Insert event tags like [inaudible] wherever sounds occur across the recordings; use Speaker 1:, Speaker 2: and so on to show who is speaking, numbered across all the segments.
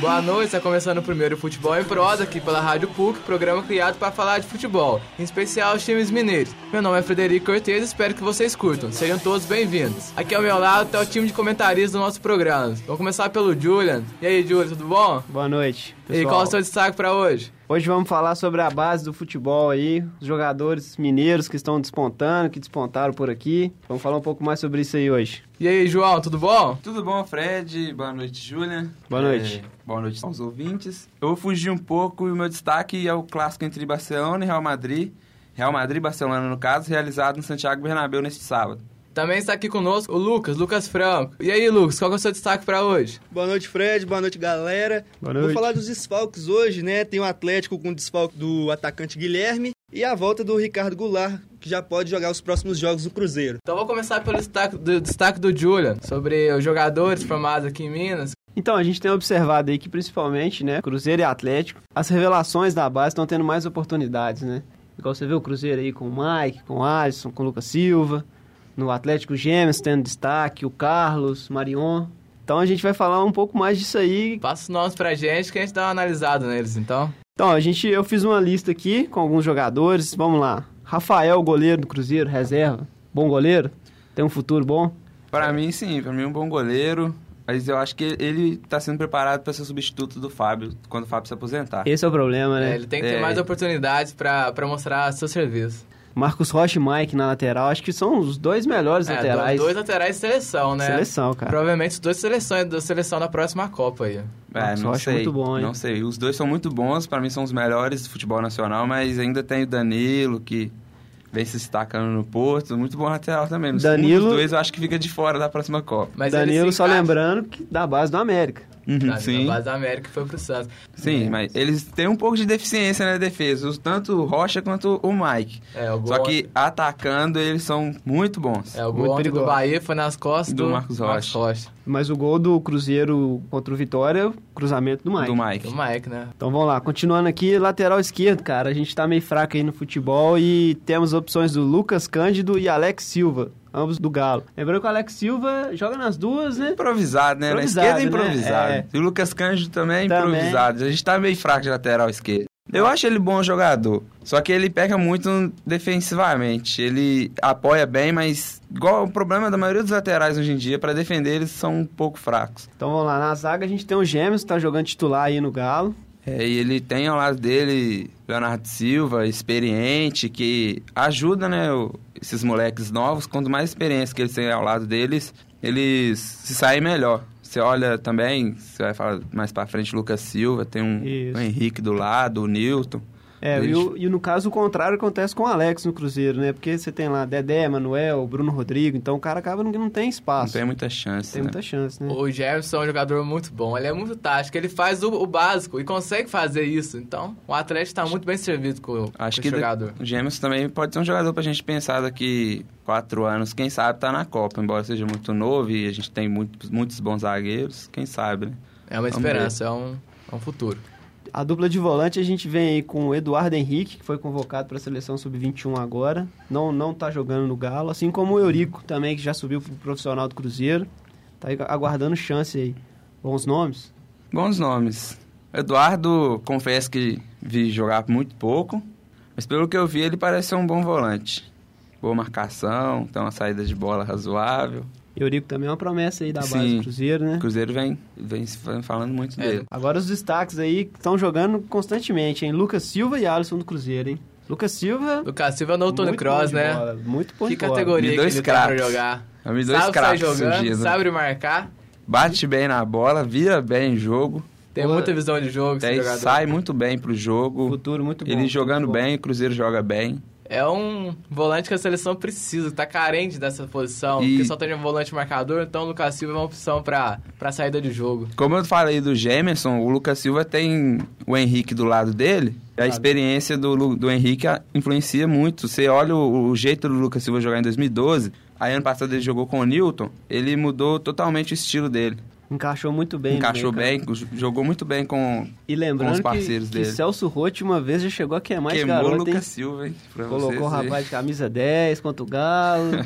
Speaker 1: Boa noite, está começando o primeiro Futebol em Prosa aqui pela Rádio PUC, programa criado para falar de futebol, em especial os times mineiros. Meu nome é Frederico Cortez e espero que vocês curtam. Sejam todos bem-vindos. Aqui ao meu lado está o time de comentaristas do nosso programa. Vou começar pelo Julian. E aí, Julian, tudo bom?
Speaker 2: Boa noite.
Speaker 1: E qual é o seu destaque para hoje?
Speaker 2: Hoje vamos falar sobre a base do futebol aí, os jogadores mineiros que estão despontando, que despontaram por aqui. Vamos falar um pouco mais sobre isso aí hoje.
Speaker 1: E aí, João, tudo bom?
Speaker 3: Tudo bom, Fred? Boa noite, Júlia.
Speaker 2: Boa noite.
Speaker 3: É, boa noite aos ouvintes. Eu vou fugir um pouco e o meu destaque é o clássico entre Barcelona e Real Madrid. Real Madrid e Barcelona, no caso, realizado no Santiago Bernabéu neste sábado.
Speaker 1: Também está aqui conosco o Lucas, Lucas Franco. E aí, Lucas, qual é o seu destaque para hoje?
Speaker 4: Boa noite, Fred. Boa noite, galera.
Speaker 2: Boa noite.
Speaker 4: Vou falar dos desfalques hoje, né? Tem o Atlético com o desfalque do atacante Guilherme e a volta do Ricardo Goulart, que já pode jogar os próximos jogos do Cruzeiro.
Speaker 1: Então vou começar pelo destaque do, destaque do Julian, sobre os jogadores formados aqui em Minas.
Speaker 2: Então, a gente tem observado aí que principalmente, né, Cruzeiro e Atlético, as revelações da base estão tendo mais oportunidades, né? Igual você vê o Cruzeiro aí com o Mike, com o Alisson, com o Lucas Silva, no Atlético Gêmeos tendo destaque, o Carlos, Marion. Então a gente vai falar um pouco mais disso aí.
Speaker 1: Passa os nomes pra gente que a gente dá uma analisada neles, então.
Speaker 2: Então, a gente, eu fiz uma lista aqui com alguns jogadores. Vamos lá. Rafael, goleiro do Cruzeiro, reserva. Bom goleiro? Tem um futuro bom?
Speaker 3: Para mim, sim. Para mim, um bom goleiro. Mas eu acho que ele está sendo preparado para ser substituto do Fábio quando o Fábio se aposentar.
Speaker 2: Esse é o problema, né?
Speaker 1: É, ele tem que ter
Speaker 3: É.
Speaker 1: mais oportunidades pra pra mostrar seu serviço.
Speaker 2: Marcos Rocha e Mike na lateral, acho que são os dois melhores
Speaker 1: É,
Speaker 2: laterais.
Speaker 1: do- Dois laterais de seleção, né?
Speaker 2: Seleção, cara.
Speaker 1: Provavelmente os dois seleções da seleção da próxima Copa aí.
Speaker 3: É,
Speaker 2: Nossa, eu acho muito bom, hein?
Speaker 3: Não sei. Os dois são muito bons, para mim são os melhores do futebol nacional, mas ainda tem o Danilo, que vem se destacando no Porto. Muito bom lateral também. Mas
Speaker 2: Danilo-
Speaker 3: Um dos dois eu acho que fica de fora da próxima Copa. Uhum,
Speaker 1: Mas ele
Speaker 2: Danilo,
Speaker 1: se
Speaker 2: só
Speaker 1: encaixa-
Speaker 2: lembrando que da base do América.
Speaker 1: Danilo,
Speaker 3: [laughs] Sim,
Speaker 1: a base Uhum, da É. América foi pro Santos.
Speaker 3: sim, mas eles têm um pouco de deficiência na defesa, os- tanto o Rocha quanto o Mike.
Speaker 1: É, o gol
Speaker 3: Só que atacando eles são muito bons.
Speaker 1: É, o
Speaker 2: Muito
Speaker 1: gol ontem do
Speaker 2: perigoso.
Speaker 1: Bahia foi nas costas
Speaker 3: Do Marcos
Speaker 1: Rocha.
Speaker 2: Mas o gol do Cruzeiro contra o Vitória, cruzamento do Mike.
Speaker 3: Do Mike.
Speaker 1: Do Mike, né?
Speaker 2: Então vamos lá, continuando aqui, lateral esquerdo, cara. A gente tá meio fraco aí no futebol e temos opções do Lucas Cândido e Alex Silva, ambos do Galo. Lembrando que o Alex Silva joga nas duas, né?
Speaker 3: Improvisado, né?
Speaker 2: Improvisado,
Speaker 3: na esquerda é
Speaker 2: né?
Speaker 3: improvisado.
Speaker 2: É.
Speaker 3: E o Lucas Cândido também é
Speaker 2: Também.
Speaker 3: improvisado. A gente tá meio fraco de lateral esquerdo. Eu acho ele bom jogador. Só que ele peca muito defensivamente. Ele apoia bem, mas igual o problema da maioria dos laterais hoje em dia, pra defender eles são um pouco fracos.
Speaker 2: Então vamos lá, na zaga a gente tem o Gêmeos, que tá jogando titular aí no Galo.
Speaker 3: É, e ele tem ao lado dele Leonardo Silva, experiente, que ajuda, né, o- esses moleques novos. Quanto mais experiência que eles têm ao lado deles, eles se saem melhor. Você olha também, você vai falar mais pra frente, Lucas Silva, tem um,
Speaker 2: Isso.
Speaker 3: o Henrique do lado, o Newton.
Speaker 2: É, e,
Speaker 3: Eles-
Speaker 2: o- e no caso o contrário acontece com o Alex no Cruzeiro, né? Porque você tem lá Dedé, Manuel, Bruno Rodrigo, então o cara acaba não, não tem
Speaker 3: Não
Speaker 2: espaço.
Speaker 3: tem muita chance,
Speaker 2: Tem
Speaker 3: né?
Speaker 2: muita chance, né?
Speaker 1: O Gerson é um jogador muito bom, ele é muito tático, ele faz o, o básico e consegue fazer isso. Então, o Atlético tá muito bem servido com, com
Speaker 3: Acho
Speaker 1: esse
Speaker 3: que da-
Speaker 1: jogador.
Speaker 3: o Gêmeos também pode ser um jogador pra gente pensar daqui quatro anos. Quem sabe tá na Copa, embora seja muito novo e a gente tem muito- muitos bons zagueiros. Quem sabe, né?
Speaker 1: É uma
Speaker 3: Vamos
Speaker 1: esperança, é um, é um futuro.
Speaker 2: A dupla de volante a gente vem aí com o Eduardo Henrique, que foi convocado para a seleção sub-21 agora. Não não tá jogando no Galo, assim como o Eurico também, que já subiu pro profissional do Cruzeiro. Tá aí aguardando chance aí. Bons nomes.
Speaker 3: Bons nomes. Eduardo, confesso que vi jogar muito pouco, mas pelo que eu vi, ele parece ser um bom volante. Boa marcação, tem uma saída de bola razoável.
Speaker 2: Eurico também é uma promessa aí da base
Speaker 3: Sim.
Speaker 2: do Cruzeiro, né?
Speaker 3: O Cruzeiro vem, vem se fa- falando muito
Speaker 1: É.
Speaker 3: dele.
Speaker 2: Agora os destaques aí que estão jogando constantemente, hein? Lucas Silva e Alisson do Cruzeiro, hein? Lucas Silva.
Speaker 1: Lucas Silva no Tony
Speaker 2: muito bom
Speaker 1: Cross,
Speaker 2: de
Speaker 1: né?
Speaker 2: bola, Muito bom
Speaker 1: Que
Speaker 2: de bola.
Speaker 1: categoria
Speaker 3: Me
Speaker 1: que
Speaker 3: dois
Speaker 1: ele tá pra
Speaker 3: craques.
Speaker 1: jogar?
Speaker 3: Eu vi dois
Speaker 1: Sabe sair
Speaker 3: craques
Speaker 1: jogando,
Speaker 3: surgindo.
Speaker 1: sabe marcar,
Speaker 3: né? Bate bem na bola, vira bem em jogo,
Speaker 1: tem
Speaker 2: Boa.
Speaker 1: muita visão de jogo esse
Speaker 3: tem-
Speaker 1: jogador.
Speaker 3: sai muito bem pro jogo.
Speaker 2: Futuro muito bom.
Speaker 3: Ele jogando
Speaker 2: muito bom.
Speaker 3: bem, o Cruzeiro joga bem.
Speaker 1: É um volante que a seleção precisa, tá carente dessa posição,
Speaker 3: E-
Speaker 1: porque só tem um volante marcador, então o Lucas Silva é uma opção pra, pra saída de jogo.
Speaker 3: Como eu falei do Gemerson, o Lucas Silva tem o Henrique do lado dele. E a experiência do, Lu- do Henrique a- influencia muito. Você olha o, o jeito do Lucas Silva jogar em 2012. Aí ano passado ele jogou com o Newton. Ele mudou totalmente o estilo dele.
Speaker 2: Encaixou muito bem. no
Speaker 3: Encaixou
Speaker 2: meio campo.
Speaker 3: bem, j- jogou muito bem com...
Speaker 2: E
Speaker 3: com os
Speaker 2: lembrando que,
Speaker 3: parceiros
Speaker 2: que
Speaker 3: dele.
Speaker 2: Celso Rotti uma vez já chegou a queimar esse
Speaker 3: Queimou o
Speaker 2: garoto, hein?
Speaker 3: Lucas Silva, hein? Pra
Speaker 2: Colocou o
Speaker 3: vocês verem. [laughs]
Speaker 2: rapaz de camisa 10 contra o Galo.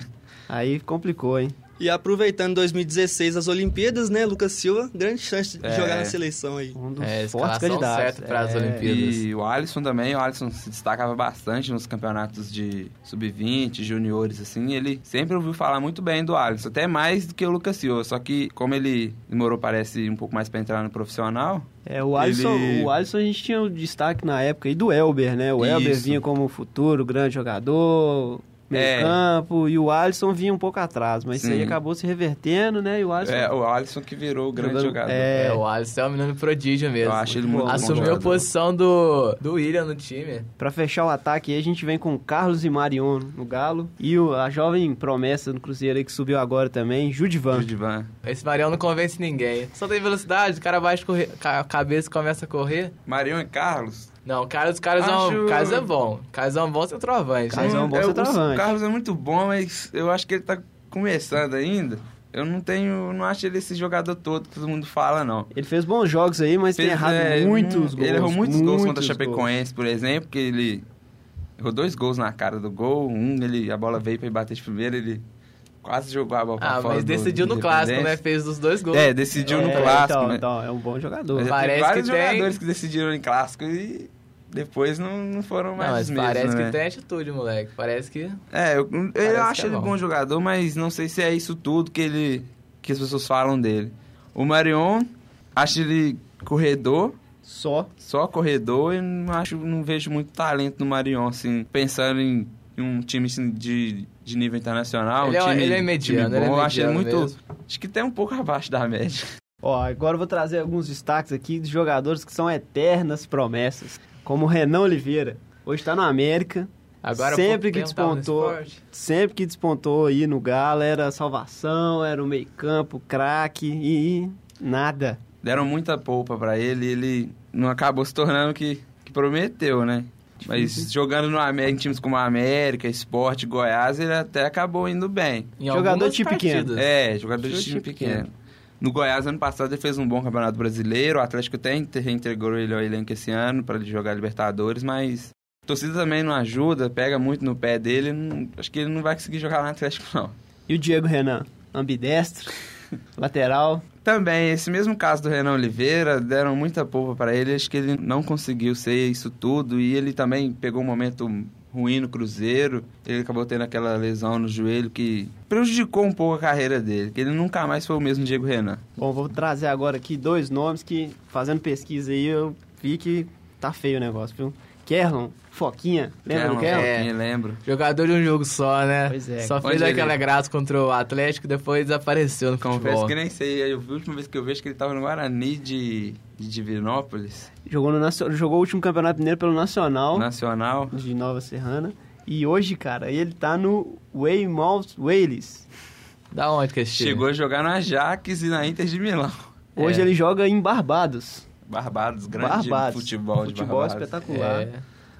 Speaker 2: Aí complicou, hein?
Speaker 4: E aproveitando 2016 as Olimpíadas, né, Lucas Silva, grande chance de
Speaker 3: É.
Speaker 4: jogar na seleção aí.
Speaker 2: Um dos
Speaker 1: É, escalação
Speaker 2: fortes candidatos.
Speaker 1: certa para as
Speaker 2: É.
Speaker 1: Olimpíadas.
Speaker 3: E o Alisson também, o Alisson se destacava bastante nos campeonatos de sub-20, juniores, assim. Ele sempre ouviu falar muito bem do Alisson, até mais do que o Lucas Silva. Só que, como ele demorou, parece, um pouco mais pra entrar no profissional,
Speaker 2: É, o Alisson,
Speaker 3: Ele-
Speaker 2: o Alisson a gente tinha o destaque na época aí do Elber, né? O Elber
Speaker 3: Isso.
Speaker 2: vinha como um futuro grande jogador, meio
Speaker 3: É.
Speaker 2: campo, e o Alisson vinha um pouco atrás, mas isso aí
Speaker 3: Sim.
Speaker 2: acabou se revertendo, né? E o Alisson...
Speaker 3: é o Alisson que virou o grande
Speaker 2: Jogando-
Speaker 3: jogador.
Speaker 1: É, o Alisson é um menino prodígio mesmo.
Speaker 3: Eu acho ele muito bom
Speaker 1: Assumiu a
Speaker 3: jogador.
Speaker 1: posição do, do William no time.
Speaker 2: Pra fechar o ataque aí, a gente vem com o Carlos e Marion no Galo, e o- a jovem promessa do Cruzeiro aí que subiu agora também, Judivan.
Speaker 3: Judivan.
Speaker 1: Esse Marião não convence ninguém. Só tem velocidade, o cara baixa correr, ca- a cabeça e começa a correr.
Speaker 3: Marion e Carlos.
Speaker 1: Não, o cara, os caras são.
Speaker 3: Acho-
Speaker 1: O Carlos é bom. O Carlos é um bom centroavante.
Speaker 2: Carlos é um bom
Speaker 3: o-
Speaker 2: centroavante.
Speaker 3: O Carlos é muito bom, mas eu acho que ele tá começando ainda. Eu não tenho, não acho ele esse jogador todo que todo mundo fala, não.
Speaker 2: Ele fez bons jogos aí, mas tem
Speaker 3: Fez,
Speaker 2: errado
Speaker 3: é,
Speaker 2: muitos
Speaker 3: ele
Speaker 2: gols.
Speaker 3: errou muitos gols contra a
Speaker 2: muitos
Speaker 3: Chapecoense, por exemplo, que ele errou dois gols na cara do gol. Um, ele, a bola veio pra ele bater de primeira, ele quase jogou a bola pra
Speaker 1: Ah,
Speaker 3: fora.
Speaker 1: mas
Speaker 3: do-
Speaker 1: decidiu
Speaker 3: do
Speaker 1: no clássico, né?
Speaker 3: Independência.
Speaker 1: Fez os dois gols.
Speaker 3: É, decidiu
Speaker 2: É,
Speaker 3: no clássico,
Speaker 2: então,
Speaker 3: né?
Speaker 2: então, é um bom jogador.
Speaker 3: Mas já
Speaker 1: Parece
Speaker 3: tem vários
Speaker 1: que tem-
Speaker 3: jogadores que decidiram em clássico e depois não, não foram
Speaker 1: não,
Speaker 3: mais
Speaker 1: mas
Speaker 3: os mesmos,
Speaker 1: parece
Speaker 3: né?
Speaker 1: que tem atitude, moleque. Parece que.
Speaker 3: É, eu, eu
Speaker 1: Parece
Speaker 3: acho
Speaker 1: que é
Speaker 3: ele
Speaker 1: bom.
Speaker 3: bom jogador, mas não sei se é isso tudo que ele que as pessoas falam dele. O Marion, acho ele corredor,
Speaker 2: Só.
Speaker 3: só corredor, e não acho, não vejo muito talento no Marion, assim, pensando em, em um time assim, de, de nível internacional,
Speaker 1: Ele é-
Speaker 3: um time,
Speaker 1: ele é mediano,
Speaker 3: time
Speaker 1: ele é
Speaker 3: bom, eu acho ele
Speaker 1: mediano
Speaker 3: muito,
Speaker 1: mesmo.
Speaker 3: acho que até um pouco abaixo da média.
Speaker 2: Ó, agora eu vou trazer alguns destaques aqui de jogadores que são eternas promessas, como o Renan Oliveira. Hoje tá no América,
Speaker 1: Agora há pouco
Speaker 2: Sempre que
Speaker 1: tempo tava no
Speaker 2: despontou.
Speaker 1: esporte.
Speaker 2: sempre que despontou aí no Galo, era salvação, era o meio-campo, craque e nada.
Speaker 3: Deram muita polpa pra ele, ele não acabou se tornando o que, que prometeu, né? Mas jogando no América, em times como a América, Esporte, Goiás, ele até acabou indo bem.
Speaker 1: Em
Speaker 2: Jogador
Speaker 1: algumas
Speaker 2: de pequeno.
Speaker 1: partidas.
Speaker 3: É, jogador de
Speaker 2: Chute
Speaker 3: time
Speaker 2: pequeno.
Speaker 3: pequeno. No Goiás, ano passado, ele fez um bom campeonato brasileiro. O Atlético até inte- reintegrou ele ao elenco esse ano para ele jogar Libertadores, mas a torcida também não ajuda, pega muito no pé dele. não- acho que ele não vai conseguir jogar no Atlético, não.
Speaker 2: E o Diego Renan, ambidestro, [laughs] lateral,
Speaker 3: Também, esse mesmo caso do Renan Oliveira, deram muita polpa para ele, acho que ele não conseguiu ser isso tudo e ele também pegou um momento ruim no Cruzeiro, ele acabou tendo aquela lesão no joelho que prejudicou um pouco a carreira dele, que ele nunca mais foi o mesmo Diego Renan.
Speaker 2: Bom, vou trazer agora aqui dois nomes que, fazendo pesquisa aí, eu vi que tá feio o negócio, viu? Kerlon, Foquinha, lembra do
Speaker 3: Kerlon
Speaker 2: Kerlon?
Speaker 1: é.
Speaker 3: Foquinha, lembro.
Speaker 1: Jogador de um jogo só, né?
Speaker 2: Pois é.
Speaker 1: Só fez
Speaker 3: Onde ele-
Speaker 1: aquela graça contra o Atlético e depois desapareceu no
Speaker 3: Confesso
Speaker 1: futebol.
Speaker 3: que nem sei, eu vi a última vez que eu vejo que ele tava no Guarani de, de Divinópolis,
Speaker 2: Jogou, no, Nacio- jogou o último campeonato mineiro pelo Nacional
Speaker 3: Nacional.
Speaker 2: de Nova Serrana. E hoje, cara, ele tá no Weymouth Wales.
Speaker 1: Da onde que é esse time?
Speaker 3: Chegou a jogar no Ajax e na Inter de Milão. [laughs]
Speaker 2: Hoje
Speaker 1: É.
Speaker 2: ele joga em Barbados.
Speaker 3: Barbados, grande
Speaker 2: Barbados.
Speaker 3: futebol de
Speaker 2: Futebol
Speaker 3: Barbados.
Speaker 2: espetacular.
Speaker 1: É.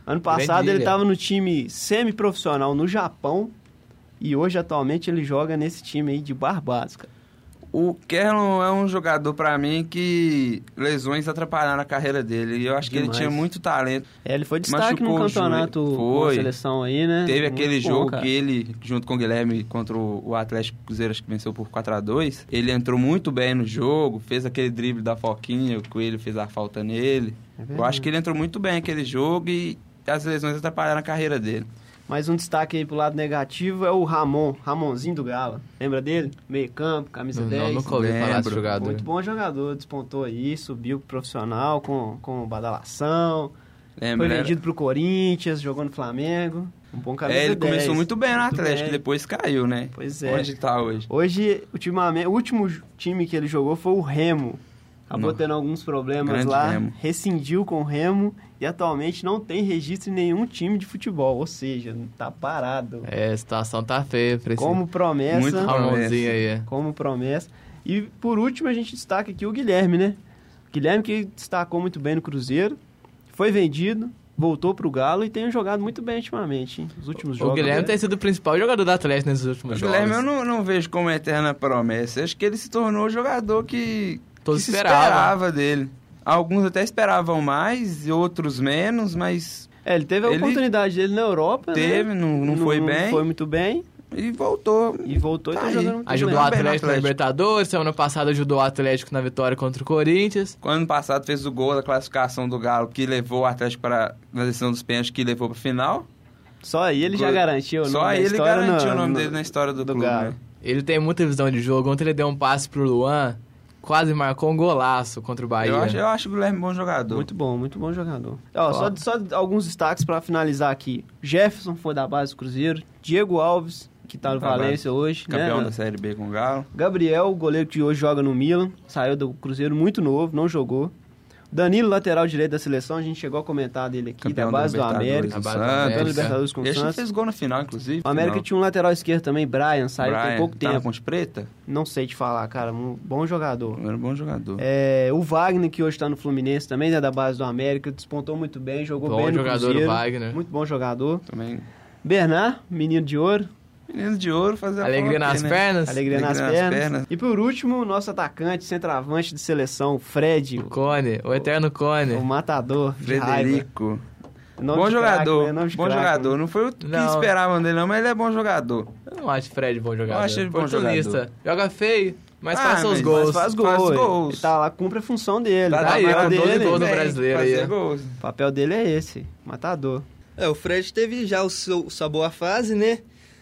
Speaker 2: Ano passado
Speaker 1: Grande
Speaker 2: ele
Speaker 1: ilha.
Speaker 2: tava no time semiprofissional no Japão. E hoje, atualmente, ele joga nesse time aí de Barbados, cara.
Speaker 3: O Kerlon é um jogador pra mim que lesões atrapalharam a carreira dele. E eu acho que
Speaker 2: Demais.
Speaker 3: ele tinha muito talento.
Speaker 2: É, ele foi destaque
Speaker 3: Machucou
Speaker 2: no
Speaker 3: o joelho.
Speaker 2: campeonato com a
Speaker 3: Foi.
Speaker 2: seleção aí, né?
Speaker 3: Teve
Speaker 2: Muito
Speaker 3: aquele
Speaker 2: bom,
Speaker 3: jogo
Speaker 2: cara.
Speaker 3: que ele, junto com o Guilherme, contra o Atlético Cruzeiro, acho que venceu por 4 a 2 Ele entrou muito bem no jogo, fez aquele drible da Foquinha, o Coelho fez a falta nele.
Speaker 2: É verdade.
Speaker 3: eu acho que ele entrou muito bem naquele jogo e as lesões atrapalharam a carreira dele.
Speaker 2: Mais um destaque aí pro lado negativo é o Ramon, Ramonzinho do Galo. Lembra dele? Meio campo, camisa
Speaker 1: Não, né?
Speaker 2: 10.
Speaker 1: nunca ouvi falar desse
Speaker 3: é, lembro.
Speaker 1: jogador.
Speaker 2: Muito bom jogador, despontou aí, subiu pro profissional com, com badalação.
Speaker 3: Lembra?
Speaker 2: Foi
Speaker 3: né?
Speaker 2: vendido pro Corinthians, jogou no Flamengo. Um bom camisa
Speaker 3: É, ele
Speaker 2: 10.
Speaker 3: começou muito bem no
Speaker 2: Muito
Speaker 3: Atlético,
Speaker 2: bem.
Speaker 3: depois caiu, né?
Speaker 2: Pois é.
Speaker 3: Onde tá hoje?
Speaker 2: Hoje, ultimamente, o último ju- time que ele jogou foi o Remo. Acabou
Speaker 3: Não.
Speaker 2: tendo alguns problemas
Speaker 3: Grande
Speaker 2: lá,
Speaker 3: Remo.
Speaker 2: rescindiu com o Remo e atualmente não tem registro em nenhum time de futebol, ou seja, tá parado.
Speaker 1: É, a situação tá feia pra esse
Speaker 2: Como promessa,
Speaker 3: Muito bom.
Speaker 1: Ramonzinho
Speaker 3: é?
Speaker 1: aí.
Speaker 2: como promessa. E por último a gente destaca aqui o Guilherme, né? Guilherme que destacou muito bem no Cruzeiro, foi vendido, voltou pro Galo e tem jogado muito bem ultimamente, hein? Os últimos
Speaker 1: O
Speaker 2: jogos.
Speaker 1: Guilherme
Speaker 2: né?
Speaker 1: tem sido o principal jogador do Atlético nesses
Speaker 3: é O
Speaker 1: últimos jogos.
Speaker 3: Guilherme é eu não, não vejo como eterna promessa. Acho que ele se tornou o jogador que,
Speaker 1: Todos
Speaker 3: que se
Speaker 1: esperavam.
Speaker 3: esperava dele. Alguns até esperavam mais, e outros menos, mas
Speaker 2: É, ele teve a
Speaker 3: Ele
Speaker 2: oportunidade dele na Europa, né?
Speaker 3: teve, não, não, foi bem.
Speaker 2: Não foi muito bem.
Speaker 3: e voltou.
Speaker 2: E voltou e tá,
Speaker 3: Tá aí.
Speaker 2: jogando muito
Speaker 1: Ajudou o
Speaker 2: bem.
Speaker 3: Também no
Speaker 1: Atlético na
Speaker 3: Atlético.
Speaker 1: Libertadores, semana passada ajudou o Atlético na vitória contra o Corinthians.
Speaker 3: Ano passado fez o gol da classificação do Galo que levou o Atlético para na decisão dos pênaltis que levou para final.
Speaker 2: Só aí ele já
Speaker 3: Gol-
Speaker 2: garantiu o nome
Speaker 3: Só
Speaker 2: da
Speaker 3: ele
Speaker 2: história
Speaker 3: garantiu
Speaker 2: no-
Speaker 3: o nome
Speaker 2: no-
Speaker 3: dele na história do,
Speaker 2: do
Speaker 3: clube.
Speaker 2: Galo.
Speaker 3: né?
Speaker 1: Ele tem muita visão de jogo. Ontem ele deu um passe pro Luan, quase marcou um golaço contra o Bahia.
Speaker 3: Eu, acho, eu acho o Guilherme um bom jogador.
Speaker 2: Muito bom, muito bom jogador. Ó,
Speaker 1: Ó.
Speaker 2: só, só alguns destaques pra finalizar aqui. Jefferson foi da base do Cruzeiro. Diego Alves, que tá no
Speaker 3: Tá,
Speaker 2: Valência hoje.
Speaker 3: Campeão
Speaker 2: né?
Speaker 3: da Série B com o Galo.
Speaker 2: Gabriel, o goleiro que hoje joga no Milan, saiu do Cruzeiro muito novo, não jogou. Danilo, lateral direito da seleção, a gente chegou a comentar dele aqui,
Speaker 3: Campeão
Speaker 2: da base do
Speaker 3: Libertadores
Speaker 2: América.
Speaker 1: da
Speaker 3: com
Speaker 1: base do
Speaker 3: Santos.
Speaker 2: Campeão
Speaker 1: América.
Speaker 2: do Libertadores com o
Speaker 3: Ele acho que
Speaker 2: Santos.
Speaker 3: fez gol na final, inclusive.
Speaker 2: O América
Speaker 3: final.
Speaker 2: tinha um lateral esquerdo também, Brian, saiu
Speaker 3: Brian,
Speaker 2: tem pouco
Speaker 3: tá na
Speaker 2: tempo.
Speaker 3: Ponte Preta?
Speaker 2: Não sei te falar, cara, um bom jogador.
Speaker 3: Era um bom jogador.
Speaker 2: É, o Wagner, que hoje está no Fluminense, também é da base do América, despontou muito bem, jogou
Speaker 1: Bom
Speaker 2: bem no
Speaker 1: jogador,
Speaker 2: Cruzeiro.
Speaker 1: o Wagner.
Speaker 2: Muito bom jogador.
Speaker 3: Também.
Speaker 2: Bernard, menino de ouro,
Speaker 3: Menino de ouro fazer né?
Speaker 1: Alegria nas pernas.
Speaker 2: alegria, nas, pernas. E por último, o nosso atacante, centroavante de seleção, Fred,
Speaker 1: O Cone, o eterno Cone.
Speaker 2: o matador de raiva.
Speaker 3: Frederico.
Speaker 2: Nome
Speaker 3: Bom
Speaker 2: de craque,
Speaker 3: jogador.
Speaker 2: né? Nome de
Speaker 3: bom
Speaker 2: craque,
Speaker 3: jogador.
Speaker 2: né?
Speaker 3: Não foi o que
Speaker 1: Não.
Speaker 3: esperavam dele, não, mas ele é bom jogador.
Speaker 1: Eu não acho o Fred bom jogador.
Speaker 3: Eu acho ele bom
Speaker 1: Oportunista. Joga feio, mas
Speaker 3: Ah,
Speaker 1: faz seus
Speaker 3: mas-
Speaker 1: gols.
Speaker 2: Mas faz gol.
Speaker 3: Faz
Speaker 2: ele-
Speaker 3: gols.
Speaker 2: Ele tá lá, cumpre a função dele.
Speaker 1: Tá
Speaker 2: o
Speaker 1: aí,
Speaker 2: papel
Speaker 1: ó, 12
Speaker 2: dele,
Speaker 1: gols no
Speaker 2: velho.
Speaker 1: brasileiro
Speaker 3: fazer
Speaker 1: aí. né?
Speaker 3: gols.
Speaker 2: O papel dele é esse, matador.
Speaker 4: É, o Fred teve já o seu, sua boa fase, né?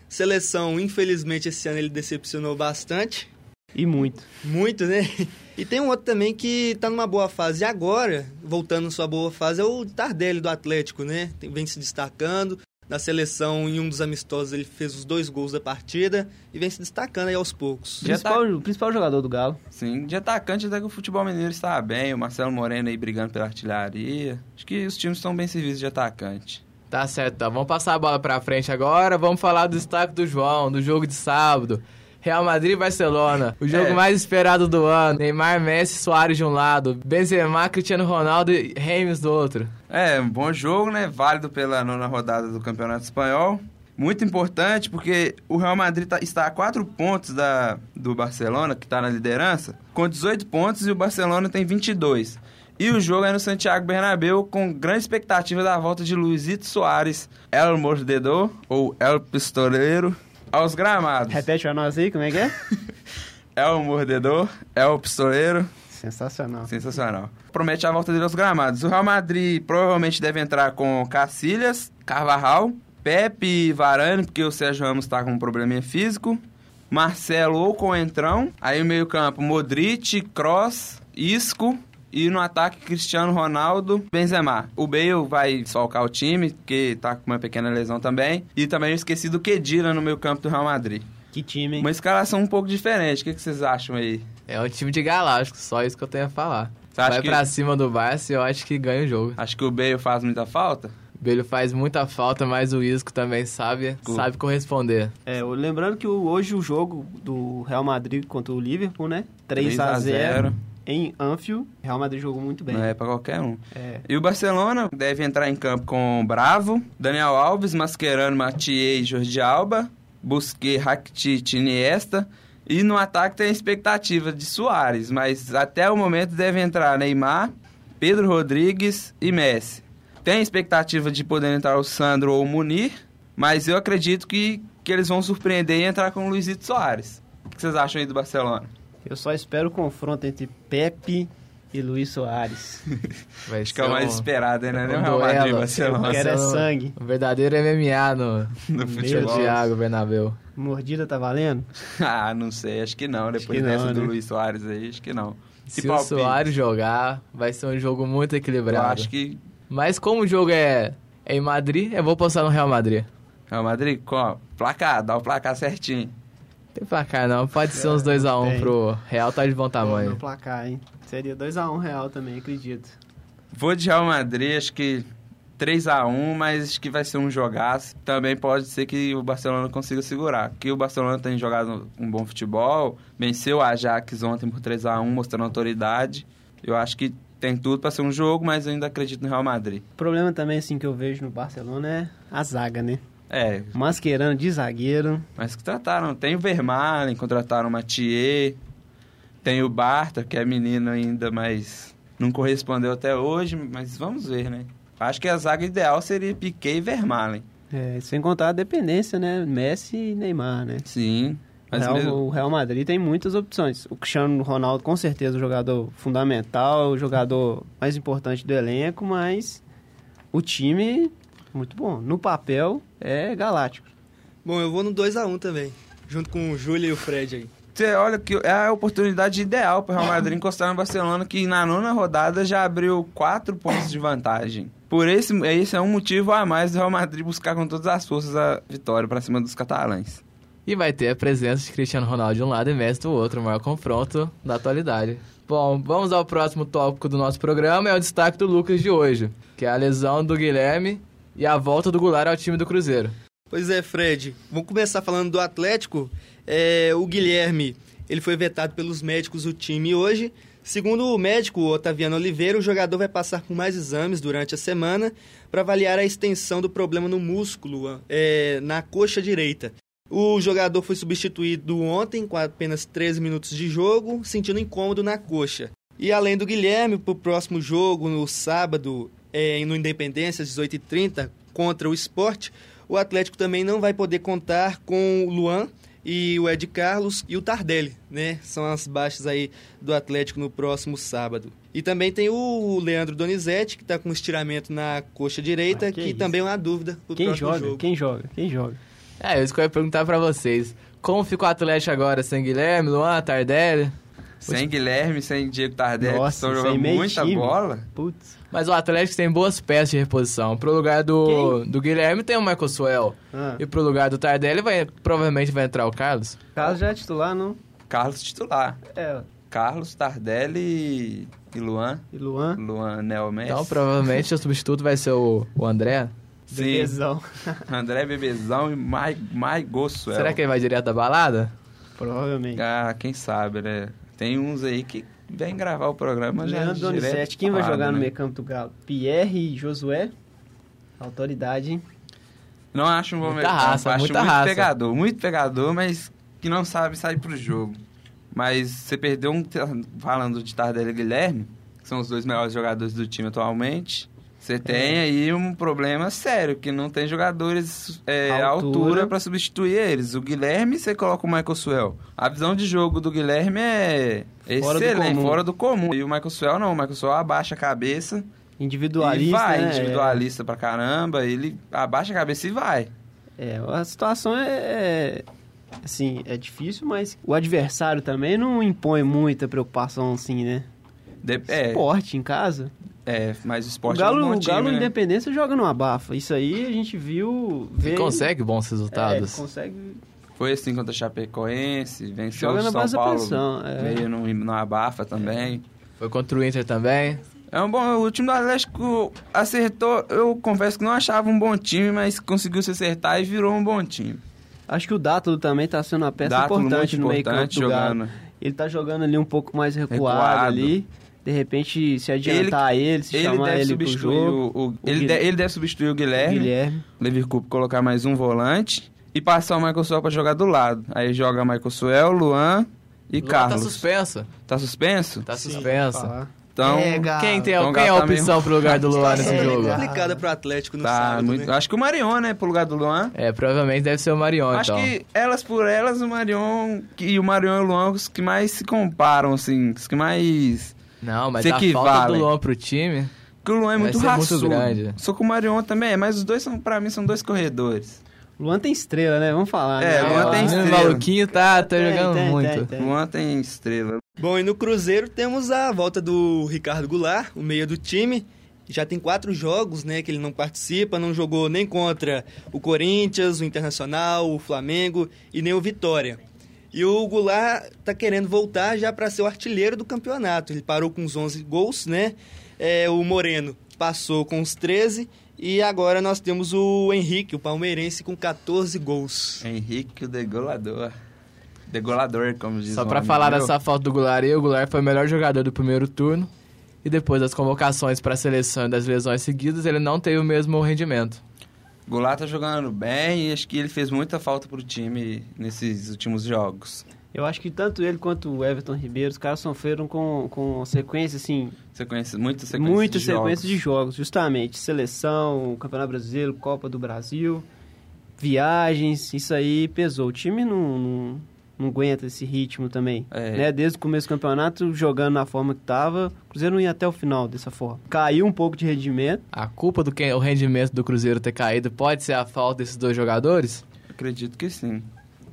Speaker 4: Seleção, infelizmente, esse ano ele decepcionou bastante.
Speaker 2: E muito.
Speaker 4: Muito, né? E tem um outro também que tá numa boa fase. E agora, voltando à sua boa fase, é o Tardelli do Atlético, né? Tem- vem se destacando. Na seleção, em um dos amistosos, ele fez os dois gols da partida e vem se destacando aí aos poucos.
Speaker 3: Já tá
Speaker 2: Principal, o principal jogador do Galo.
Speaker 3: Sim, de atacante até que o futebol mineiro está bem. O Marcelo Moreno aí brigando pela artilharia. Acho que os times estão bem servidos de atacante.
Speaker 1: Tá certo, tá. Vamos passar a bola pra frente agora. Vamos falar do destaque do João, do jogo de sábado. Real Madrid e Barcelona, o jogo
Speaker 3: É.
Speaker 1: mais esperado do ano. Neymar, Messi, Soares de um lado, Benzema, Cristiano Ronaldo e Remes do outro.
Speaker 3: É, um bom jogo, né? Válido pela nona rodada do Campeonato Espanhol. Muito importante porque o Real Madrid tá- está a quatro pontos da, do Barcelona, que está na liderança, com 18 pontos e o Barcelona tem 22. E o jogo é no Santiago Bernabéu com grande expectativa da volta de Luizito Soares, El Mordedor ou El Pistoleiro aos gramados.
Speaker 2: Repete pra nós aí, como
Speaker 3: [laughs]
Speaker 2: é que é?
Speaker 3: El Mordedor, El Pistoleiro
Speaker 2: Sensacional.
Speaker 3: Sensacional. Promete a volta dele aos gramados. O Real Madrid provavelmente deve entrar com Cacilhas, Carvajal, Pepe e Varane, porque o Sérgio Ramos está com um probleminha físico. Marcelo ou Coentrão. Aí o meio-campo, Modric, Cross, Isco. E no ataque, Cristiano Ronaldo, Benzema. O Bale vai solcar o time, porque tá com uma pequena lesão também. E também eu esqueci do Kedira no meio campo do Real Madrid.
Speaker 2: Que time, hein?
Speaker 3: Uma escalação um pouco diferente. O que que vocês acham aí?
Speaker 1: É um time de galáctico, só isso que eu tenho a falar.
Speaker 3: Você acha
Speaker 1: Vai
Speaker 3: que- Ah.
Speaker 1: pra cima do Barça e eu acho que ganha o jogo.
Speaker 3: Acho que o Bale faz muita falta?
Speaker 1: O Belho faz muita falta, mas o Isco também sabe,
Speaker 3: Cool.
Speaker 1: sabe corresponder.
Speaker 2: É, o- lembrando que o- hoje o jogo do Real Madrid contra o Liverpool, né? 3 a 0 em Anfield. Real Madrid jogou muito bem.
Speaker 3: Não é pra qualquer um.
Speaker 2: É.
Speaker 3: E o Barcelona deve entrar em campo com Bravo, Daniel Alves, Mascherano, Mathieu e Jordi Alba, Busquets, Rakitic, Iniesta. E no ataque tem a expectativa de Soares, mas até o momento deve entrar Neymar, Pedro Rodrigues e Messi. Tem a expectativa de poder entrar o Sandro ou o Munir, mas eu acredito que, que eles vão surpreender e entrar com o Luizito Soares. O que vocês acham aí do Barcelona?
Speaker 2: Eu só espero o confronto entre Pepe e Luiz Soares.
Speaker 1: Vai
Speaker 3: Acho que é o
Speaker 1: ser
Speaker 3: mais
Speaker 1: um-
Speaker 3: esperado, né? Não é
Speaker 1: um
Speaker 3: o Real Madrid e
Speaker 1: duelo.
Speaker 3: Barcelona.
Speaker 2: Eu quero é
Speaker 1: Barcelona,
Speaker 2: sangue.
Speaker 1: Um verdadeiro MMA no,
Speaker 3: [laughs] no futebol.
Speaker 1: Thiago Bernabéu.
Speaker 2: Mordida tá valendo?
Speaker 3: [laughs] Ah, não sei, acho que não. Depois
Speaker 2: que não,
Speaker 3: dessa do
Speaker 2: né?
Speaker 3: Luiz Soares aí, acho que não.
Speaker 1: Se, o
Speaker 3: Esse palpite,
Speaker 1: Soares jogar, vai ser um jogo muito
Speaker 3: eu
Speaker 1: equilibrado.
Speaker 3: acho que.
Speaker 1: Mas como o jogo é, é em Madrid, eu vou postar no Real Madrid.
Speaker 3: Real Madrid, qual? Placar, dá o placar certinho.
Speaker 1: Não tem placar não, pode ser uns 2x1
Speaker 2: É, tem.
Speaker 1: pro Real, tá de bom
Speaker 2: No
Speaker 1: tamanho.
Speaker 2: placar, hein? Seria 2x1 Real também, acredito.
Speaker 3: Vou de Real Madrid, acho que 3x1, mas acho que vai ser um jogaço. Também pode ser que o Barcelona consiga segurar. Porque o Barcelona tem jogado um bom futebol, venceu o Ajax ontem por 3x1, mostrando autoridade. Eu acho que tem tudo pra ser um jogo, mas eu ainda acredito no Real Madrid.
Speaker 2: O problema também, assim, que eu vejo no Barcelona é a zaga, né?
Speaker 3: É,
Speaker 2: Masqueirando de zagueiro.
Speaker 3: Mas que trataram. Tem o Vermaelen, contrataram o Mathieu. Tem o Barta, que é menino ainda, mas não correspondeu até hoje. Mas vamos ver, né? Acho que a zaga ideal seria Piquet e Vermaelen.
Speaker 2: É, sem contar a dependência, né? Messi e Neymar, né?
Speaker 3: Sim. Mas
Speaker 2: Real-
Speaker 3: mesmo-
Speaker 2: o Real Madrid tem muitas opções. O Cristiano Ronaldo, com certeza, é o jogador fundamental, é o jogador mais importante do elenco, mas o time, muito bom. No papel, é galáctico.
Speaker 4: Bom, eu vou no 2x1 também. Junto com o Júlio e o Fred aí.
Speaker 3: Você olha que é a oportunidade ideal para o Real Madrid encostar no Barcelona, que na nona rodada já abriu quatro pontos de vantagem. Por esse, esse é um motivo a mais do Real Madrid buscar com todas as forças a vitória para cima dos catalães.
Speaker 1: E vai ter a presença de Cristiano Ronaldo de um lado e Messi do outro, o maior confronto da atualidade. Bom, vamos ao próximo tópico do nosso programa, é o destaque do Lucas de hoje, que é a lesão do Guilherme e a volta do Goulart ao time do Cruzeiro.
Speaker 4: Pois é, Fred. Vamos começar falando do Atlético. É, o Guilherme, ele foi vetado pelos médicos do time hoje. Segundo o médico Otaviano Oliveira, o jogador vai passar por mais exames durante a semana para avaliar a extensão do problema no músculo, é, na coxa direita. O jogador foi substituído ontem com apenas 13 minutos de jogo, sentindo incômodo na coxa. E além do Guilherme, para o próximo jogo, no sábado, é, no Independência, às 18h30, contra o Sport, o Atlético também não vai poder contar com o Luan e o Ed Carlos e o Tardelli, né? São as baixas aí do Atlético no próximo sábado. E também tem o Leandro Donizete, que está com um estiramento na coxa direita,
Speaker 2: Ah, que
Speaker 4: que,
Speaker 2: isso.
Speaker 4: também é uma dúvida para o
Speaker 2: Quem
Speaker 4: próximo
Speaker 2: joga?
Speaker 4: jogo.
Speaker 2: Quem joga? Quem joga?
Speaker 1: É, isso que eu ia perguntar pra vocês. Como ficou o Atlético agora sem Guilherme, Luan, Tardelli?
Speaker 3: Sem Guilherme, sem Diego Tardelli, que
Speaker 2: Nossa,
Speaker 3: estão
Speaker 2: sem
Speaker 3: É, jogando
Speaker 2: meio
Speaker 3: muita
Speaker 2: time.
Speaker 3: bola.
Speaker 2: Putz.
Speaker 1: Mas o Atlético tem boas peças de reposição. Pro lugar do, do Guilherme tem o Michael Suel.
Speaker 2: Ah,
Speaker 1: E pro lugar do Tardelli vai, provavelmente vai entrar o Carlos.
Speaker 2: Carlos já é titular, não?
Speaker 3: Carlos titular.
Speaker 2: É,
Speaker 3: Carlos, Tardelli e Luan.
Speaker 2: e Luan.
Speaker 3: Luan Neo Messi.
Speaker 2: um
Speaker 1: Então provavelmente o substituto vai ser o, o André.
Speaker 3: Sim.
Speaker 2: Belezão.
Speaker 3: André Bebezão e Mai, Mai Gossuel.
Speaker 1: Será
Speaker 2: é
Speaker 1: que ele vai direto da balada?
Speaker 2: [laughs] Provavelmente.
Speaker 3: Ah, quem sabe, né? Tem uns aí que vem gravar o programa já
Speaker 2: Leandro
Speaker 3: direto
Speaker 2: Donizete, quem vai
Speaker 3: falado,
Speaker 2: jogar no
Speaker 3: né?
Speaker 2: meio campo do Galo? Pierre e Josué? Autoridade, hein?
Speaker 3: Não acho um bom
Speaker 1: Muita
Speaker 3: meio campo,
Speaker 1: raça,
Speaker 3: acho
Speaker 1: muita
Speaker 3: muito
Speaker 1: raça.
Speaker 3: pegador, muito pegador, mas que não sabe sair pro jogo. Mas você perdeu um, falando de Tardelli e Guilherme, que são os dois melhores jogadores do time atualmente.
Speaker 2: É.
Speaker 3: Você tem aí um problema sério, que não tem jogadores é, à
Speaker 2: Altura.
Speaker 3: altura para substituir eles. O Guilherme, você coloca o Michael Suel. A visão de jogo do Guilherme é
Speaker 2: Fora do
Speaker 3: excelente,
Speaker 2: comum.
Speaker 3: fora do comum. E o Michael Suel não, o Michael Suel abaixa a cabeça
Speaker 2: Individualista,
Speaker 3: e vai,
Speaker 2: né?
Speaker 3: individualista pra caramba, ele abaixa a cabeça e vai.
Speaker 2: É, a situação é, é, assim, é difícil, mas o adversário também não impõe muita preocupação assim, né?
Speaker 3: De- é,
Speaker 2: Esporte em casa.
Speaker 3: é, mas o
Speaker 2: O
Speaker 3: esporte é
Speaker 2: Galo,
Speaker 3: um bom
Speaker 2: o
Speaker 3: time,
Speaker 2: Galo
Speaker 3: né?
Speaker 2: Independência joga no abafa. Isso aí a gente viu, vê
Speaker 1: Ele consegue bons resultados.
Speaker 2: É, consegue.
Speaker 3: Foi assim contra a Chapecoense, venceu
Speaker 2: Joga
Speaker 3: o
Speaker 2: na
Speaker 3: São
Speaker 2: base da
Speaker 3: Paulo,
Speaker 2: pressão, é.
Speaker 3: veio no, no abafa também.
Speaker 1: Foi contra o Inter também.
Speaker 3: É um bom, o time do Atlético acertou, eu confesso que não achava um bom time, mas conseguiu se acertar e virou um bom time.
Speaker 2: Acho que o Dátulo também tá sendo uma peça
Speaker 3: Dátulo
Speaker 2: importante
Speaker 3: muito
Speaker 2: no meio campo
Speaker 3: importante
Speaker 2: do Galo.
Speaker 3: jogando.
Speaker 2: Ele tá jogando ali um pouco mais recuado,
Speaker 3: Recuado.
Speaker 2: ali. De repente, se adiantar ele, se
Speaker 3: Ele
Speaker 2: chamar
Speaker 3: deve
Speaker 2: ele pro
Speaker 3: substituir
Speaker 2: jogo,
Speaker 3: o, o- ele,
Speaker 2: Guilherme.
Speaker 3: de- ele deve substituir o Guilherme.
Speaker 2: Guilherme.
Speaker 3: Lever Cup colocar mais um volante e passar o Michael Suel pra jogar do lado. Aí joga Michael Suel, Luan e
Speaker 1: Luan
Speaker 3: Carlos.
Speaker 1: Tá suspenso.
Speaker 3: Tá suspenso?
Speaker 1: Tá suspenso.
Speaker 2: Falar.
Speaker 3: Então,
Speaker 2: Pega.
Speaker 1: Quem, tem,
Speaker 3: Então,
Speaker 1: quem é a
Speaker 3: Galo tá
Speaker 1: opção pro lugar do Luan nesse
Speaker 4: Essa é
Speaker 1: jogo?
Speaker 4: complicada pro Atlético no
Speaker 3: tá
Speaker 4: sábado,
Speaker 3: muito-
Speaker 4: né?
Speaker 3: Acho que o Marion, né, pro lugar do Luan.
Speaker 1: É, provavelmente deve ser o Marion,
Speaker 3: Acho
Speaker 1: então.
Speaker 3: que elas por elas, o Marion e o Marion e o Luan os que mais se comparam, assim, os que mais...
Speaker 1: Não, mas
Speaker 3: Se
Speaker 1: a falta
Speaker 3: equivalem.
Speaker 1: do Luan pro time...
Speaker 3: Porque o Luan
Speaker 1: Vai
Speaker 3: é muito
Speaker 1: ser muito
Speaker 3: raçudo.
Speaker 1: grande.
Speaker 3: Só que o Marion também é, mas os dois, são pra mim, são dois corredores.
Speaker 2: Luan tem estrela, né? Vamos falar.
Speaker 3: É,
Speaker 2: né?
Speaker 3: Luan
Speaker 1: o
Speaker 3: tem
Speaker 1: menino
Speaker 3: estrela.
Speaker 1: maluquinho tá, tá
Speaker 2: Tem,
Speaker 1: jogando
Speaker 2: tem, tem,
Speaker 1: muito.
Speaker 2: tem.
Speaker 3: O Luan tem estrela.
Speaker 4: Bom, e no Cruzeiro temos a volta do Ricardo Goulart, o meia do time. Já tem quatro jogos, né, que ele não participa, não jogou nem contra o Corinthians, o Internacional, o Flamengo e nem o Vitória. E o Goulart tá querendo voltar já para ser o artilheiro do campeonato. Ele parou com os 11 gols, né? É, o Moreno passou com os 13 e agora nós temos o Henrique, o palmeirense, com 14 gols.
Speaker 3: Henrique, o degolador. Degolador, como diz
Speaker 1: Só
Speaker 3: o
Speaker 1: pra
Speaker 3: amigo
Speaker 1: falar
Speaker 3: meu.
Speaker 1: dessa falta do Goulart, aí, o Goulart foi o melhor jogador do primeiro turno. E depois das convocações pra seleção e das lesões seguidas, ele não teve o mesmo rendimento.
Speaker 3: Goulart tá jogando bem e acho que ele fez muita falta pro time nesses últimos jogos.
Speaker 2: Eu acho que tanto ele quanto o Everton Ribeiro, os caras sofreram com, com sequência, assim,
Speaker 3: Você conhece muita sequência
Speaker 2: muita
Speaker 3: de
Speaker 2: sequência
Speaker 3: jogos.
Speaker 2: de jogos, justamente. Seleção, Campeonato Brasileiro, Copa do Brasil. viagens, isso aí pesou. O time não, não, não aguenta esse ritmo também.
Speaker 3: É.
Speaker 2: Né? Desde o começo do campeonato, jogando na forma que tava, o Cruzeiro não ia até o final dessa forma. Caiu um pouco de rendimento.
Speaker 1: A culpa do que, o rendimento do Cruzeiro ter caído pode ser a falta desses dois jogadores?
Speaker 3: Acredito que sim.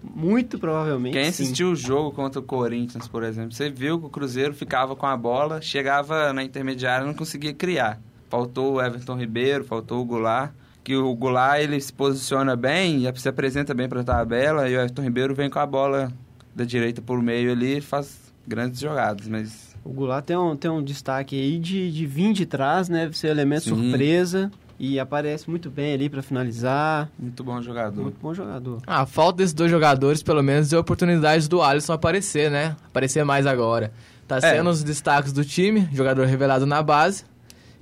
Speaker 2: Muito provavelmente.
Speaker 3: Quem é
Speaker 2: sim.
Speaker 3: assistiu o jogo contra o Corinthians, por exemplo, você viu que o Cruzeiro ficava com a bola, chegava na intermediária e não conseguia criar. Faltou o Everton Ribeiro, faltou o Goulart. Que o Goulart ele se posiciona bem, e se apresenta bem para a tabela e o Everton Ribeiro vem com a bola da direita por meio ali e faz grandes jogadas, mas
Speaker 2: O Goulart tem um, tem um destaque aí de, de vir de trás, né? Ser elemento
Speaker 3: Sim.
Speaker 2: surpresa. E aparece muito bem ali pra finalizar.
Speaker 3: muito bom jogador.
Speaker 2: Muito bom jogador.
Speaker 1: Ah, A falta desses dois jogadores, pelo menos, deu oportunidade do Alisson aparecer, né? Aparecer mais agora. Tá sendo os destaques do time, jogador revelado na base.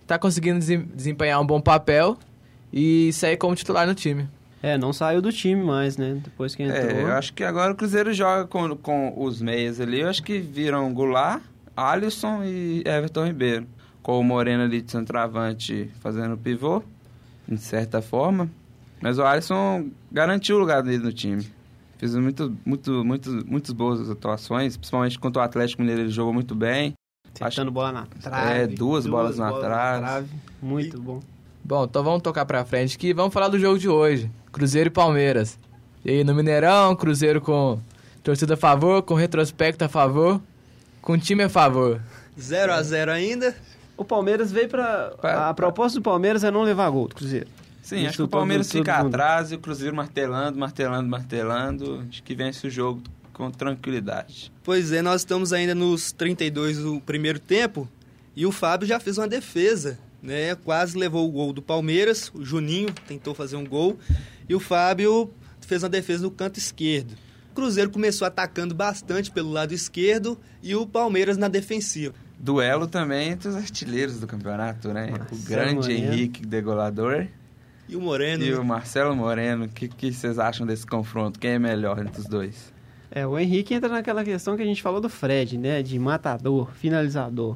Speaker 1: Tá conseguindo desem- desempenhar um bom papel e sair como titular no time.
Speaker 2: É, não saiu do time mais, né? Depois que entrou.
Speaker 3: É, eu acho que agora o Cruzeiro joga com, com os meias ali. Eu acho que viram Goulart, Alisson e Everton Ribeiro. Com o Moreno ali de centroavante fazendo pivô, de certa forma. Mas o Alisson garantiu o lugar dele no time. Fez muito, muito, muito, muitas boas atuações, principalmente contra o Atlético Mineiro, ele jogou muito bem.
Speaker 2: Acertando bola na trave.
Speaker 3: É, duas bolas na trave.
Speaker 2: Muito bom.
Speaker 1: Bom, então vamos tocar pra frente aqui. Vamos falar do jogo de hoje. Cruzeiro e Palmeiras. E aí, no Mineirão, Cruzeiro com torcida a favor, com retrospecto a favor, com time a favor.
Speaker 4: 0 a 0 ainda.
Speaker 2: O Palmeiras veio pra...
Speaker 3: Pra-
Speaker 2: A proposta do Palmeiras é não levar gol do Cruzeiro.
Speaker 3: Sim,
Speaker 2: Isso
Speaker 3: acho que o
Speaker 2: todo-
Speaker 3: Palmeiras
Speaker 2: todo
Speaker 3: fica
Speaker 2: mundo.
Speaker 3: atrás e o Cruzeiro martelando, martelando, martelando. Acho que vence o jogo com tranquilidade.
Speaker 4: Pois é, nós estamos ainda nos 32 do primeiro tempo e o Fábio já fez uma defesa, né? Quase levou o gol do Palmeiras, o Juninho tentou fazer um gol e o Fábio fez uma defesa no canto esquerdo. O Cruzeiro começou atacando bastante pelo lado esquerdo e o Palmeiras na defensiva.
Speaker 3: Duelo também entre os artilheiros do campeonato, né?
Speaker 2: Marcelo
Speaker 3: o grande
Speaker 2: Moreno.
Speaker 3: Henrique Degolador
Speaker 4: E o Moreno,
Speaker 3: e
Speaker 4: né?
Speaker 3: o Marcelo Moreno. O que, que vocês acham desse confronto? Quem é melhor entre os dois?
Speaker 2: É, o Henrique entra naquela questão que a gente falou do Fred, né? De matador, finalizador.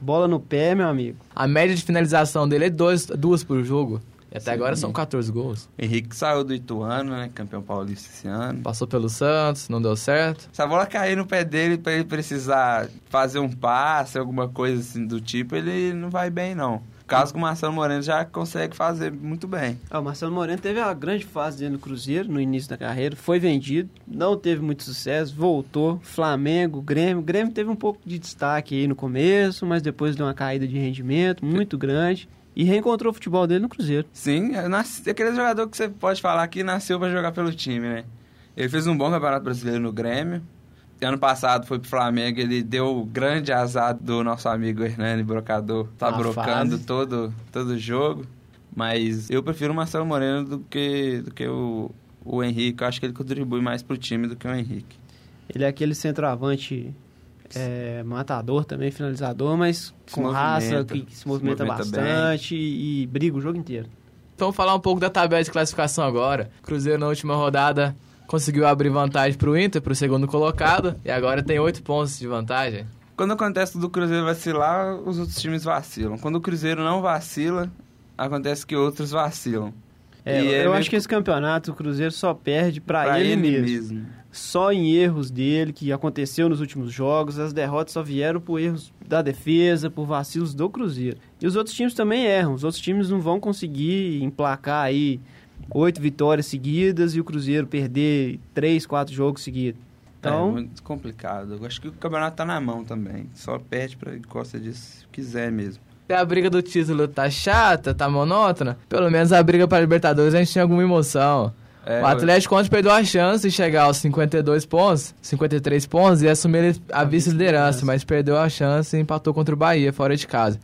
Speaker 2: Bola no pé, meu amigo.
Speaker 1: A média de finalização dele é dois, duas por jogo. E até agora são 14 gols.
Speaker 3: Henrique saiu do Ituano, né? Campeão paulista esse ano.
Speaker 1: Passou pelo Santos, não deu certo.
Speaker 3: Se a bola cair no pé dele pra ele precisar fazer um passe, alguma coisa assim do tipo, ele não vai bem, não. Caso que o Marcelo Moreno já consegue fazer muito bem.
Speaker 2: Ah, o Marcelo Moreno teve uma grande fase dentro do Cruzeiro no início da carreira, foi vendido, não teve muito sucesso, voltou, Flamengo, Grêmio. Grêmio teve um pouco de destaque aí no começo, mas depois deu uma caída de rendimento muito grande e reencontrou o futebol dele no Cruzeiro.
Speaker 3: Sim, é nas- é aquele jogador que você pode falar que nasceu pra jogar pelo time, né? Ele fez um bom campeonato brasileiro no Grêmio. Ano passado foi pro Flamengo, ele deu o grande azar do nosso amigo Hernani Brocador. Tá
Speaker 1: Uma
Speaker 3: brocando
Speaker 1: fase.
Speaker 3: todo todo jogo. Mas eu prefiro o Marcelo Moreno do que, do que o, o Henrique. Eu acho que ele contribui mais pro time do que o Henrique.
Speaker 2: Ele é aquele centroavante é, matador também, finalizador, mas
Speaker 3: Se
Speaker 2: com raça,
Speaker 3: movimenta,
Speaker 2: que, que se
Speaker 3: se
Speaker 2: movimenta,
Speaker 3: movimenta bem.
Speaker 2: bastante e, e briga o jogo inteiro.
Speaker 1: Então, vamos falar um pouco da tabela de classificação agora. Cruzeiro, na última rodada, conseguiu abrir vantagem pro Inter, pro segundo colocado. E agora tem oito pontos de vantagem.
Speaker 3: Quando acontece do Cruzeiro vacilar, os outros times vacilam. Quando o Cruzeiro não vacila, acontece que outros vacilam.
Speaker 2: É,
Speaker 3: E é
Speaker 2: eu
Speaker 3: meio
Speaker 2: acho que esse campeonato o Cruzeiro só perde pra,
Speaker 3: Pra
Speaker 2: ele, mesmo.
Speaker 3: mesmo.
Speaker 2: só em erros dele, que aconteceu nos últimos jogos. As derrotas só vieram por erros da defesa, por vacilos do Cruzeiro. E os outros times também erram. Os outros times não vão conseguir emplacar aí oito vitórias seguidas e o Cruzeiro perder três, quatro jogos seguidos.
Speaker 3: É
Speaker 2: Então,
Speaker 3: muito complicado. Eu acho que o campeonato tá na mão também. Só perde pra Costa disso se quiser mesmo.
Speaker 1: Se a briga do título tá chata, tá monótona, pelo menos a briga pra Libertadores a gente tinha alguma emoção.
Speaker 3: É,
Speaker 1: o Atlético ontem perdeu a chance de chegar aos 52 pontos, 53 pontos e assumir a vice-liderança, mas perdeu a chance e empatou contra o Bahia fora de casa.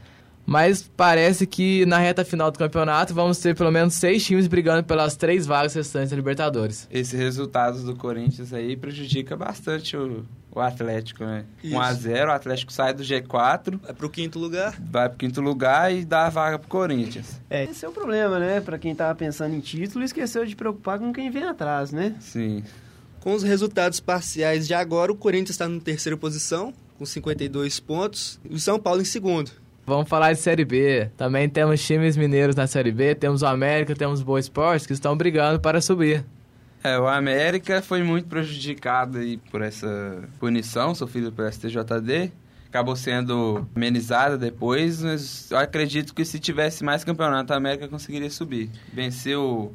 Speaker 1: Mas parece que na reta final do campeonato vamos ter pelo menos seis times brigando pelas três vagas restantes da Libertadores.
Speaker 3: Esses resultados do Corinthians aí prejudica bastante o, o Atlético, né?
Speaker 4: Isso.
Speaker 3: 1x0, o Atlético sai do G4,
Speaker 4: vai pro quinto lugar.
Speaker 3: vai pro quinto lugar e dá a vaga pro Corinthians.
Speaker 2: é, esse é o problema, né? Pra quem tava pensando em título e esqueceu de preocupar com quem vem atrás, né?
Speaker 3: Sim.
Speaker 4: Com os resultados parciais de agora, o Corinthians está na terceira posição, com 52 pontos, e o São Paulo em segundo,
Speaker 1: Vamos falar de Série B. Também temos times mineiros na Série B, temos o América, temos o Boa Esporte, que estão brigando para subir.
Speaker 3: É, o América foi muito prejudicado aí por essa punição sofrida pelo STJD. Acabou sendo amenizada depois, mas eu acredito que se tivesse mais campeonato, a América conseguiria subir. Venceu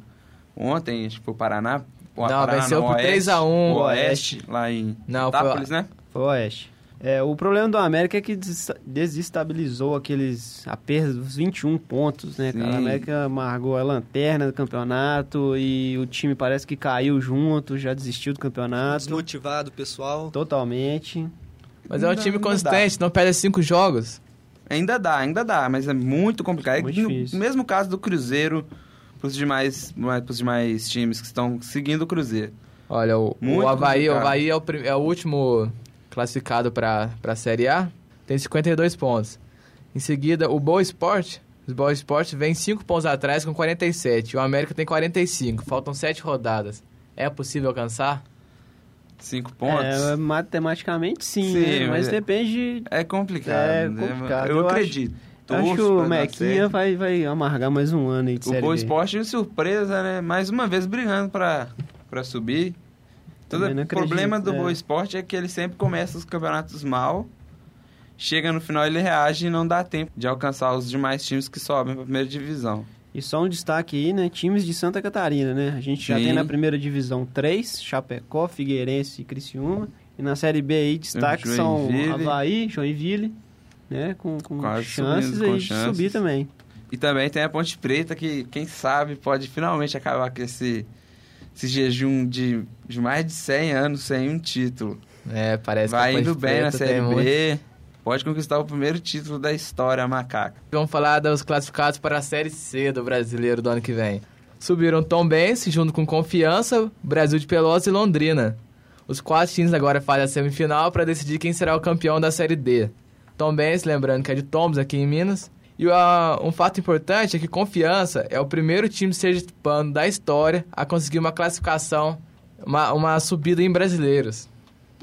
Speaker 3: ontem, acho que foi o Paraná. O
Speaker 1: Não,
Speaker 3: Paraná
Speaker 1: venceu
Speaker 3: o
Speaker 1: por
Speaker 3: Oeste,
Speaker 1: 3 a 1,
Speaker 3: o
Speaker 1: o
Speaker 3: Oeste, lá em
Speaker 1: Não, foi o-
Speaker 3: Itápolis, né?
Speaker 2: Foi o Oeste. É, o problema do América é que des- desestabilizou aqueles a perda dos 21 pontos, né, cara?
Speaker 3: Sim.
Speaker 2: A América amargou a lanterna do campeonato e o time parece que caiu junto, já desistiu do
Speaker 3: Ah,
Speaker 2: campeonato
Speaker 4: Desmotivado, pessoal.
Speaker 2: totalmente.
Speaker 1: Mas é um
Speaker 3: Não,
Speaker 1: time
Speaker 3: não dá.
Speaker 1: consistente, não perde cinco jogos.
Speaker 3: Ainda dá, ainda dá, mas é muito complicado.
Speaker 2: Muito
Speaker 3: é no
Speaker 2: difícil.
Speaker 3: mesmo caso do Cruzeiro pros demais, pros demais times que estão seguindo o Cruzeiro.
Speaker 1: Olha, o,
Speaker 3: Muito
Speaker 1: o Havaí, o
Speaker 3: complicado.
Speaker 1: Havaí é, o, prim- é o último classificado para a Série A, tem 52 pontos. Em seguida, o Boa Esporte, o Boa Esporte vem 5 pontos atrás com 47, e o América tem 45, faltam 7 rodadas. É possível alcançar?
Speaker 3: Cinco pontos.
Speaker 2: É, matematicamente sim,
Speaker 3: Sim,
Speaker 2: né? mas,
Speaker 3: mas é-
Speaker 2: depende. de-
Speaker 3: É complicado.
Speaker 2: É
Speaker 3: né?
Speaker 2: complicado.
Speaker 3: Eu,
Speaker 2: Eu acho-
Speaker 3: acredito.
Speaker 2: acho que
Speaker 3: Torço pra
Speaker 2: o
Speaker 3: dar
Speaker 2: Mequinha
Speaker 3: certo.
Speaker 2: vai, vai amargar mais um ano aí de
Speaker 3: O
Speaker 2: série
Speaker 3: Boa
Speaker 2: B.
Speaker 3: Esporte, surpresa, né? Mais uma vez brigando pra, pra subir. Todo
Speaker 2: Também não
Speaker 3: o problema
Speaker 2: acredito,
Speaker 3: do
Speaker 2: é.
Speaker 3: Boa Esporte é que ele sempre começa os campeonatos mal. Chega no final, ele reage e não dá tempo de alcançar os demais times que sobem pra primeira divisão.
Speaker 2: E só um destaque aí, né? Times de Santa Catarina, né? A gente já
Speaker 3: Sim.
Speaker 2: tem na primeira divisão três, Chapecó, Figueirense e Criciúma. E na Série B aí, destaque são
Speaker 3: É, Joinville.
Speaker 2: Havaí, Joinville, né? Com, com
Speaker 3: Quase
Speaker 2: chances
Speaker 3: subindo, com
Speaker 2: aí de
Speaker 3: chances.
Speaker 2: subir também.
Speaker 3: E também tem a Ponte Preta, que quem sabe pode finalmente acabar com esse, esse jejum de, de mais de 100 anos sem um título.
Speaker 1: É, parece
Speaker 3: Vai
Speaker 1: que a Ponte
Speaker 3: indo bem na
Speaker 1: Preta
Speaker 3: Série
Speaker 1: tem
Speaker 3: B.
Speaker 1: muito.
Speaker 3: Pode conquistar o primeiro título da história macaca.
Speaker 1: Vamos falar dos classificados para a Série C do Brasileiro do ano que vem. Subiram Tombense, junto com Confiança, Brasil de Pelotas e Londrina. Os quatro times agora fazem a semifinal para decidir quem será o campeão da Série D. Tombense, lembrando que é de Tombos aqui em Minas. E ah, um fato importante é que Confiança é o primeiro time sergipano da história a conseguir uma classificação, uma, uma subida em brasileiros.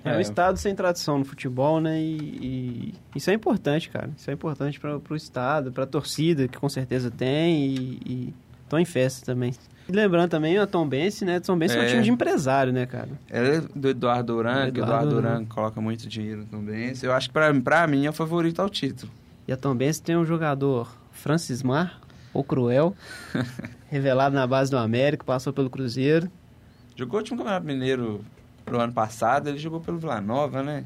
Speaker 2: É, um estado sem tradição no futebol, né? E, e isso é importante, cara. Isso é importante para o estado, para a torcida, que com certeza tem e estão em festa também. E lembrando também a Tom Bense, né? Tom Bense é. um
Speaker 3: É.
Speaker 2: time de empresário, né, cara?
Speaker 3: É do Eduardo Duran,
Speaker 2: Do
Speaker 3: que o Eduardo
Speaker 2: Eduardo
Speaker 3: Duran
Speaker 2: Duran.
Speaker 3: coloca muito dinheiro também. Eu acho que pra, pra mim é o favorito ao título.
Speaker 2: E a Tom Benz tem um jogador, Francis Mar, ou
Speaker 3: [laughs]
Speaker 2: Cruel, revelado na base do América, passou pelo Cruzeiro.
Speaker 3: Jogou o último Campeonato Mineiro pro ano passado, ele jogou pelo Vila Nova, né?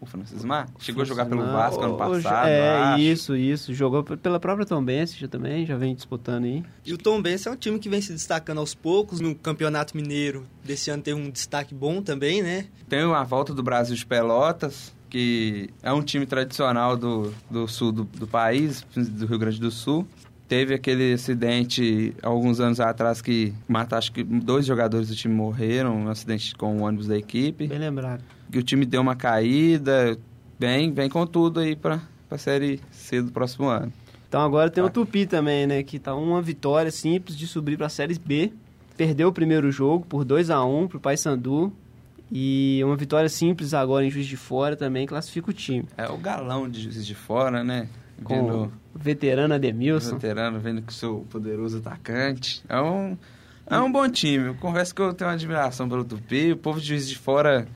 Speaker 3: O Francis Mar. Chegou a jogar pelo
Speaker 2: Francis Mar,
Speaker 3: Vasco ano
Speaker 2: ou- ou-
Speaker 3: passado,
Speaker 2: É,
Speaker 3: eu acho.
Speaker 2: isso, isso. Jogou p- pela própria Tom Benz, já também, já vem disputando aí.
Speaker 4: E o Tom Benz é um time que vem se destacando aos poucos no Campeonato Mineiro. Desse ano teve um destaque bom também, né?
Speaker 3: Tem a volta do Brasil de Pelotas, que é um time tradicional do, do sul do, do país, do Rio Grande do Sul. Teve aquele acidente alguns anos atrás que matou, acho que dois jogadores do time morreram, um acidente com o ônibus da equipe.
Speaker 2: Bem lembrado.
Speaker 3: que o time deu uma caída, vem, vem com tudo aí pra, pra Série C do próximo ano.
Speaker 2: Então agora tem o
Speaker 3: Tá.
Speaker 2: Tupi também, né? Que tá uma vitória simples de subir pra Série B. Perdeu o primeiro jogo por 2 a 1 pro Paysandu. E uma vitória simples agora em Juiz de Fora também classifica o time.
Speaker 3: É o galão de Juiz de Fora, né?
Speaker 2: Com o
Speaker 3: Vendo
Speaker 2: veterano
Speaker 3: o
Speaker 2: Ademilson.
Speaker 3: veterano, vendo que o seu poderoso atacante. É um, é um bom time. Eu confesso que eu tenho uma admiração pelo Tupi. O povo de Juiz de Fora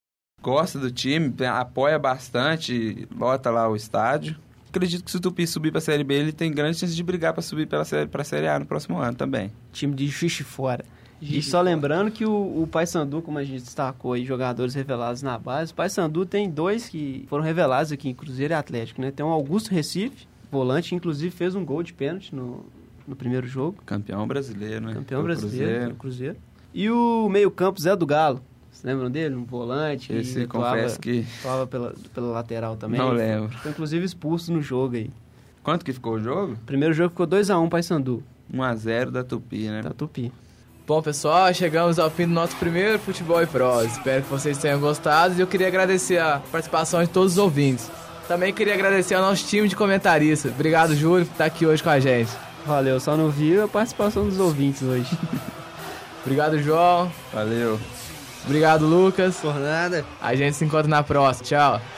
Speaker 3: gosta do time, apoia bastante, lota lá o estádio. Acredito que se o Tupi subir pra Série B, ele tem grandes chances de brigar pra subir pela série, pra Série A no próximo ano também.
Speaker 2: time de Juiz de Fora.
Speaker 4: Juiz
Speaker 2: E
Speaker 4: de
Speaker 2: só lembrando que o, o Paysandu, como a gente destacou aí, jogadores revelados na base, o Paysandu tem dois que foram revelados aqui em Cruzeiro e Atlético, né? Tem o Augusto Recife, volante, inclusive fez um gol de pênalti no, no primeiro jogo,
Speaker 3: Campeão brasileiro, né?
Speaker 2: campeão
Speaker 3: Pelo
Speaker 2: brasileiro,
Speaker 3: Cruzeiro.
Speaker 2: pelo Cruzeiro. E o meio-campo Zé do Galo, vocês lembram dele? Um volante que
Speaker 3: Esse
Speaker 2: atuava,
Speaker 3: confesso que
Speaker 2: atuava pela, pela lateral também.
Speaker 3: Não lembro.
Speaker 2: Foi inclusive expulso no jogo aí.
Speaker 3: Quanto que ficou o jogo?
Speaker 2: Primeiro jogo ficou 2x1 Paysandu,
Speaker 3: 1x0 da Tupi, né?
Speaker 2: da Tupi.
Speaker 1: Bom, pessoal, chegamos ao fim do nosso primeiro Futebol e Prós. Espero que vocês tenham gostado e eu queria agradecer a participação de todos os ouvintes. Também queria agradecer ao nosso time de comentaristas. Obrigado, Júlio, por estar aqui hoje com a gente.
Speaker 2: Valeu, só não vi a participação dos ouvintes hoje.
Speaker 1: Obrigado, João.
Speaker 3: Valeu.
Speaker 1: Obrigado, Lucas.
Speaker 4: Por nada.
Speaker 1: A gente se encontra na próxima. Tchau.